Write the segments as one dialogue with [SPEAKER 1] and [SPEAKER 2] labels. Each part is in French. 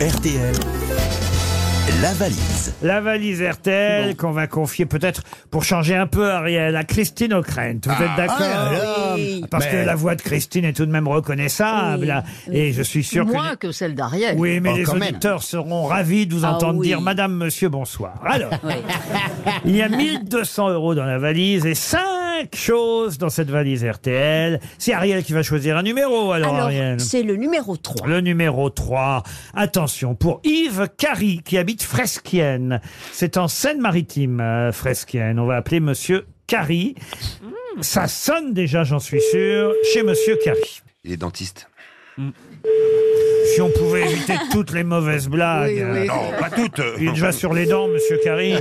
[SPEAKER 1] RTL, la valise.
[SPEAKER 2] La valise RTL qu'on va confier peut-être pour changer un peu Ariel à Christine O'Krent. Vous êtes d'accord
[SPEAKER 3] Oui.
[SPEAKER 2] Parce que
[SPEAKER 4] Ah, Mais-
[SPEAKER 2] la voix de Christine est tout de même reconnaissable et je suis sûr
[SPEAKER 3] Moins
[SPEAKER 2] que
[SPEAKER 3] que celle d'Ariel.
[SPEAKER 2] oui, mais
[SPEAKER 4] Oh,
[SPEAKER 2] les
[SPEAKER 4] quand même.
[SPEAKER 2] auditeurs seront ravis de vous
[SPEAKER 3] Ah
[SPEAKER 2] entendre
[SPEAKER 3] oui.
[SPEAKER 2] dire Madame, Monsieur, bonsoir. Alors, il y a 1200 euros dans la valise et cinq choses dans cette valise RTL. C'est Ariel qui va choisir un numéro, alors,
[SPEAKER 5] Alors,
[SPEAKER 2] Ariel.
[SPEAKER 5] c'est le numéro 3.
[SPEAKER 2] Le numéro 3. Attention, pour Yves Carry, qui habite Fresquienne. C'est en Seine-Maritime, euh, Fresquienne. On va appeler Monsieur Carry. Ça sonne déjà, j'en suis sûr, chez Monsieur Carry.
[SPEAKER 6] Il est dentiste.
[SPEAKER 2] Si on pouvait éviter toutes les mauvaises blagues. euh,
[SPEAKER 6] Non, pas toutes.
[SPEAKER 2] Il est déjà sur les dents, Monsieur Carry.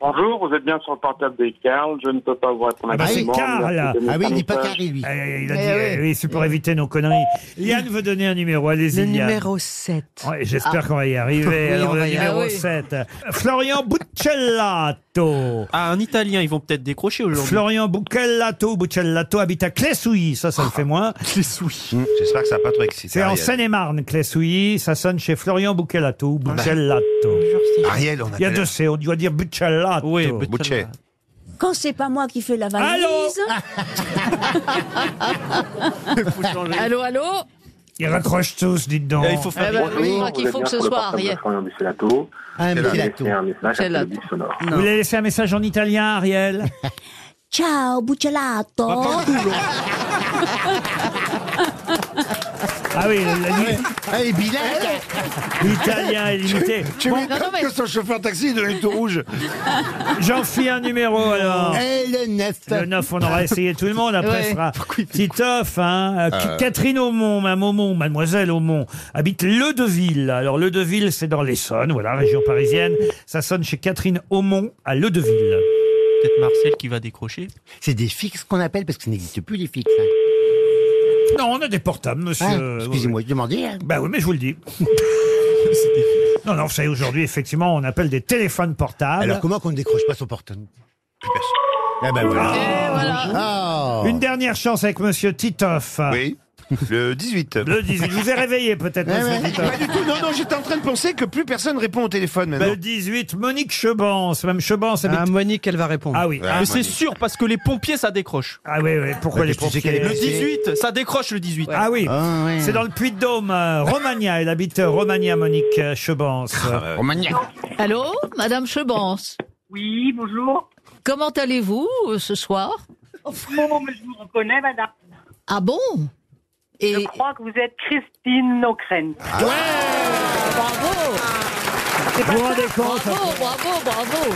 [SPEAKER 7] Bonjour, vous êtes bien sur le portable de Carl. Je ne peux pas vous répondre
[SPEAKER 2] Ah bah, c'est
[SPEAKER 7] actuellement.
[SPEAKER 2] Karl.
[SPEAKER 7] Merci de me
[SPEAKER 4] Ah oui, il
[SPEAKER 7] faire
[SPEAKER 4] dit pas
[SPEAKER 7] ça.
[SPEAKER 4] carré, lui.
[SPEAKER 2] Eh, il a
[SPEAKER 3] Eh
[SPEAKER 2] dit,
[SPEAKER 3] ouais.
[SPEAKER 2] eh oui, c'est pour éviter nos conneries. Liane veut donner un numéro, allez-y.
[SPEAKER 8] Le
[SPEAKER 2] Liane.
[SPEAKER 8] numéro 7.
[SPEAKER 2] Ouais, J'espère qu'on va y arriver.
[SPEAKER 8] Oui,
[SPEAKER 2] Alors,
[SPEAKER 8] on
[SPEAKER 2] le
[SPEAKER 8] va y
[SPEAKER 2] numéro
[SPEAKER 3] arriver.
[SPEAKER 2] 7. Florian Buccellato.
[SPEAKER 8] Ah, un Italien, ils vont peut-être décrocher
[SPEAKER 2] Florian Buccellato. Buccellato habite à Clessouilly. Ça, ça le fait moins.
[SPEAKER 6] Mmh, J'espère que ça n'a pas trop excité.
[SPEAKER 2] C'est en
[SPEAKER 6] Ariel.
[SPEAKER 2] Seine-et-Marne, Clessouilly. Ça sonne chez Florian Buccellato. ou Buccellato.
[SPEAKER 6] Ariel, on a
[SPEAKER 2] Il y a deux C. On doit dire Buccellato.
[SPEAKER 8] Oui,
[SPEAKER 6] Boucher.
[SPEAKER 5] Quand c'est pas moi qui fais la valise,
[SPEAKER 3] Allô, allô
[SPEAKER 2] Ils raccrochent tous, dites donc.
[SPEAKER 8] Ah, Il faut
[SPEAKER 3] Eh
[SPEAKER 8] faire
[SPEAKER 3] ben,
[SPEAKER 7] Bonjour,
[SPEAKER 3] je
[SPEAKER 7] vous
[SPEAKER 3] crois
[SPEAKER 7] êtes
[SPEAKER 3] qu'il
[SPEAKER 7] bien
[SPEAKER 3] faut que
[SPEAKER 7] sur
[SPEAKER 3] ce soit
[SPEAKER 7] le portable de
[SPEAKER 3] Ariel.
[SPEAKER 7] Florian Buccellato.
[SPEAKER 4] Un petit lato.
[SPEAKER 6] C'est là.
[SPEAKER 7] Vous avez laissé un message après le bip sonore.
[SPEAKER 2] Vous voulez laisser un message en italien, Ariel
[SPEAKER 5] ciao Bucciolato.
[SPEAKER 2] Ah oui, le- le-
[SPEAKER 4] Ah, il est bilingue.
[SPEAKER 2] l'italien est limité.
[SPEAKER 9] Tu
[SPEAKER 3] non, non,
[SPEAKER 9] m'étonnes
[SPEAKER 3] mais-
[SPEAKER 9] que son chauffeur taxi de l'auto rouge.
[SPEAKER 2] J'en fie un numéro alors.
[SPEAKER 4] Et le 9.
[SPEAKER 2] Le 9, on aura essayé tout le monde. Après,
[SPEAKER 3] Ouais.
[SPEAKER 2] ce sera Titoff. Hein. Euh, Catherine Aumont, Mme Aumont, Mademoiselle Aumont, habite Le Deville. Alors, Le Deville, c'est dans l'Essonne, voilà, région parisienne. Ça sonne chez Catherine Aumont à Le Deville.
[SPEAKER 8] peut-être Marcel qui va décrocher.
[SPEAKER 4] C'est des fixes qu'on appelle parce que ça n'existe plus, les fixes. hein.
[SPEAKER 2] Non, on a des portables, monsieur.
[SPEAKER 4] Ah, Excusez-moi, je demandais. hein.
[SPEAKER 2] Bah oui, mais je vous le dis. Non, non, vous savez, aujourd'hui, effectivement, on appelle des téléphones portables.
[SPEAKER 4] Alors, comment qu'on ne décroche pas son portable Ah, bah
[SPEAKER 2] Ah,
[SPEAKER 4] voilà.
[SPEAKER 3] voilà.
[SPEAKER 4] Ah.
[SPEAKER 2] Une dernière chance avec monsieur Titoff.
[SPEAKER 6] Ah. Oui. Le 18.
[SPEAKER 2] Le 18. Je vous ai réveillé, peut-être, monsieur Titoff.
[SPEAKER 9] Ah, Pas du tout. Non, non, j'étais en train de penser que plus personne répond au téléphone maintenant.
[SPEAKER 2] Bah, Le 18, Monique Chebans. Même Chebans habite.
[SPEAKER 8] Ah, Monique, elle va répondre.
[SPEAKER 2] Ah oui. Ah,
[SPEAKER 8] Mais c'est sûr, parce que les pompiers, ça décroche.
[SPEAKER 2] Ah oui, oui, pourquoi les
[SPEAKER 4] Parce que tu sais
[SPEAKER 2] pompiers
[SPEAKER 4] qu'elle est
[SPEAKER 8] Le 18, ça décroche le 18.
[SPEAKER 2] Ah oui,
[SPEAKER 4] Ah, ouais.
[SPEAKER 2] c'est dans le Puy de Dôme, euh, Romagna. Elle habite euh, Romagna, Monique euh, Chebans.
[SPEAKER 4] Ah, bah,
[SPEAKER 2] Euh,
[SPEAKER 3] Allô, Madame Chebans.
[SPEAKER 10] Oui, bonjour.
[SPEAKER 3] Comment allez-vous euh, ce soir Oh.
[SPEAKER 10] Bon, mais je vous reconnais, madame.
[SPEAKER 3] Ah bon
[SPEAKER 10] Je
[SPEAKER 3] Et
[SPEAKER 10] crois que vous êtes Christine O'Krent.
[SPEAKER 3] bravo,
[SPEAKER 2] Vous vous rendez compte
[SPEAKER 3] bravo, bravo, bravo.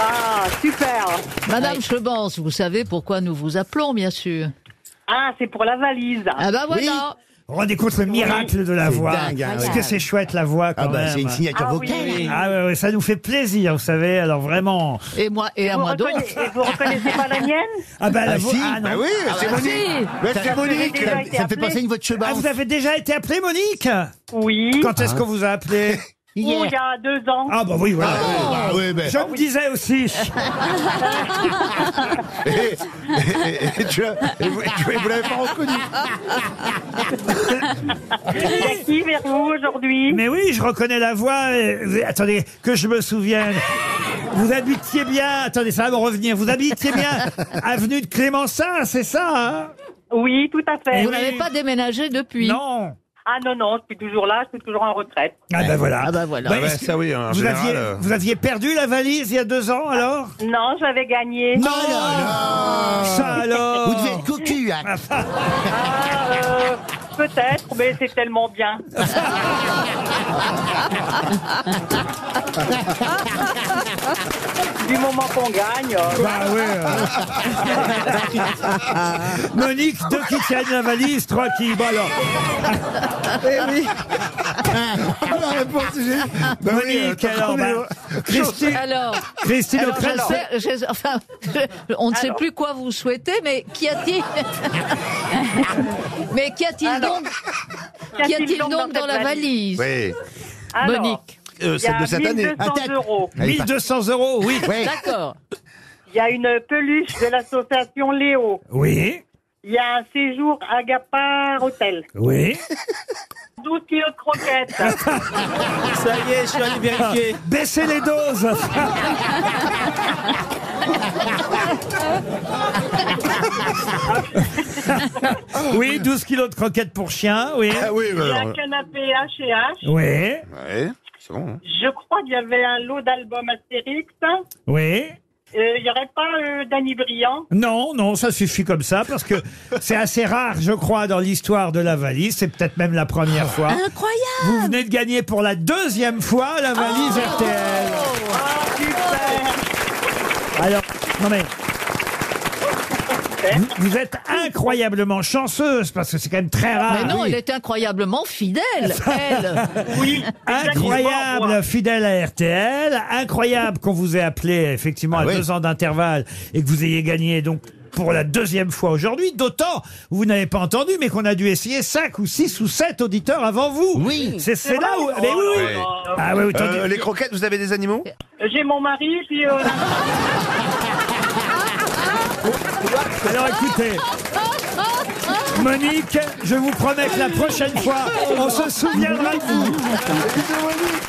[SPEAKER 10] Ah, super.
[SPEAKER 3] Madame Chebans, vous savez pourquoi nous vous appelons, bien sûr.
[SPEAKER 10] Ah, c'est pour la valise.
[SPEAKER 3] Ah ben voilà.
[SPEAKER 2] vous rendez compte le miracle de la
[SPEAKER 4] C'est
[SPEAKER 2] voix.
[SPEAKER 4] dingue, hein,
[SPEAKER 2] Est-ce
[SPEAKER 4] ouais.
[SPEAKER 2] que c'est chouette la voix quand
[SPEAKER 4] Ah, bah, c'est
[SPEAKER 2] même
[SPEAKER 4] une signature
[SPEAKER 10] Ah, oui.
[SPEAKER 4] vocale.
[SPEAKER 2] Ah ouais, ouais, ça nous fait plaisir, vous savez. Alors vraiment.
[SPEAKER 3] Et moi, et à
[SPEAKER 10] Vous,
[SPEAKER 3] ben, moi
[SPEAKER 10] reconna-
[SPEAKER 3] donc.
[SPEAKER 10] et vous reconnaissez pas la mienne
[SPEAKER 2] Ah bah la
[SPEAKER 4] Ah,
[SPEAKER 2] voix.
[SPEAKER 4] si.
[SPEAKER 2] ah, non.
[SPEAKER 9] Bah oui, c'est
[SPEAKER 3] bah
[SPEAKER 9] Monique.
[SPEAKER 3] si.
[SPEAKER 9] Ouais, c'est
[SPEAKER 4] Ça-
[SPEAKER 9] Monique.
[SPEAKER 4] Ça
[SPEAKER 10] déjà été
[SPEAKER 4] me fait
[SPEAKER 10] appelée
[SPEAKER 4] penser à une voix de cheval.
[SPEAKER 2] Ah, vous avez déjà été appelé Monique
[SPEAKER 10] Oui.
[SPEAKER 2] Quand
[SPEAKER 4] Ah.
[SPEAKER 2] est-ce qu'on vous a appelé
[SPEAKER 10] Ou il y a deux ans.
[SPEAKER 2] Ah bah oui, voilà.
[SPEAKER 4] Ah, ouais,
[SPEAKER 9] ben.
[SPEAKER 4] bah,
[SPEAKER 2] Je me disais aussi.
[SPEAKER 9] Et, et- et tu l'as- et vous, et tu- vous l'avez pas reconnu.
[SPEAKER 10] Il y a qui vers vous aujourd'hui
[SPEAKER 2] Mais oui, je reconnais la voix. et- vous- Attendez, que je me souvienne. Vous habitiez bien, attendez, ça va me revenir. Vous habitiez bien avenue de Clémençon, c'est ça hein
[SPEAKER 10] Oui, tout à fait.
[SPEAKER 3] Vous n'avez pas déménagé depuis.
[SPEAKER 2] Non.
[SPEAKER 10] Ah non, non, je suis toujours là, je suis toujours en retraite.
[SPEAKER 2] Ah ben voilà.
[SPEAKER 3] Ah ben voilà.
[SPEAKER 2] Bah,
[SPEAKER 6] Ah bah,
[SPEAKER 2] est-ce que
[SPEAKER 6] ça oui, en
[SPEAKER 2] vous,
[SPEAKER 6] général,
[SPEAKER 2] aviez,
[SPEAKER 6] euh.
[SPEAKER 2] vous aviez perdu la valise il y a deux ans alors
[SPEAKER 10] Non, j'avais gagné.
[SPEAKER 2] Non
[SPEAKER 6] Oh
[SPEAKER 2] Ça alors
[SPEAKER 4] Vous devez être cocu, hein.
[SPEAKER 10] Ah, euh, peut-être, mais c'est tellement bien. du moment qu'on gagne. euh,
[SPEAKER 2] Bah ouais. euh. Monique, deux qui tiennent la valise, trois qui. Bon alors.
[SPEAKER 6] Eh
[SPEAKER 9] Ah, la réponse, j'ai- Bah oui,
[SPEAKER 2] Monique,
[SPEAKER 6] Eh
[SPEAKER 2] alors.
[SPEAKER 9] attends, on est-
[SPEAKER 2] bah,
[SPEAKER 6] euh,
[SPEAKER 2] Christine,
[SPEAKER 3] Alors,
[SPEAKER 2] Christine
[SPEAKER 3] alors,
[SPEAKER 2] O'Krent,
[SPEAKER 3] je sais- je- enfin, je- on ne sait
[SPEAKER 10] Alors.
[SPEAKER 3] plus quoi vous souhaitez, mais qu'y a-t-il Mais qu'y a-t-il donc Qu'y a-t-il donc dans la
[SPEAKER 10] cette
[SPEAKER 3] valise
[SPEAKER 6] Oui.
[SPEAKER 10] Alors,
[SPEAKER 3] Monique.
[SPEAKER 9] Euh,
[SPEAKER 10] Il y
[SPEAKER 9] celle
[SPEAKER 10] a
[SPEAKER 9] de cette année.
[SPEAKER 10] 1200
[SPEAKER 4] Attends.
[SPEAKER 10] euros.
[SPEAKER 4] Elle est pas-
[SPEAKER 2] 1200 euros, oui.
[SPEAKER 4] Ouais.
[SPEAKER 3] D'accord.
[SPEAKER 10] Il y a une peluche de l'association Léo.
[SPEAKER 2] Oui.
[SPEAKER 10] Il y a un séjour à Gapin Hôtel.
[SPEAKER 2] Oui.
[SPEAKER 10] 12 kilos de croquettes.
[SPEAKER 8] Ça y est, je suis allé vérifier.
[SPEAKER 2] Baissez les doses Oui, 12 kilos de croquettes pour chien, oui.
[SPEAKER 9] Ah oui,
[SPEAKER 10] Il y a
[SPEAKER 9] alors,
[SPEAKER 10] un canapé H&H.
[SPEAKER 2] Oui,
[SPEAKER 9] ouais, c'est bon. hein.
[SPEAKER 10] Je crois qu'il y avait un lot d'albums Astérix. Euh,
[SPEAKER 2] oui.
[SPEAKER 10] Il n'y aurait pas euh, Danny Briand.
[SPEAKER 2] Non, non, ça suffit comme ça, parce que c'est assez rare, je crois, dans l'histoire de la valise. C'est peut-être même la première fois.
[SPEAKER 5] Incroyable
[SPEAKER 2] Vous venez de gagner pour la deuxième fois la valise RTL. Alors, non mais. vous- Vous êtes incroyablement chanceuse parce que c'est quand même très rare.
[SPEAKER 3] Mais non, elle est incroyablement fidèle, elle.
[SPEAKER 10] Oui. exactement, moi.
[SPEAKER 2] Incroyable, fidèle à RTL. Incroyable qu'on vous ait appelé effectivement à
[SPEAKER 9] oui.
[SPEAKER 2] deux ans d'intervalle et que vous ayez gagné donc pour la deuxième fois aujourd'hui. D'autant, vous n'avez pas entendu, mais qu'on a dû essayer cinq ou six ou sept auditeurs avant vous.
[SPEAKER 9] Oui.
[SPEAKER 2] C'est c'est là où. Mais oui, oui.
[SPEAKER 10] Oh,
[SPEAKER 2] Ah oui,
[SPEAKER 6] Euh,
[SPEAKER 2] attendez.
[SPEAKER 6] les croquettes, vous avez des animaux
[SPEAKER 10] J'ai mon mari, puis euh,
[SPEAKER 2] Alors écoutez. Monique, je vous promets que la prochaine fois, on se souviendra de vous.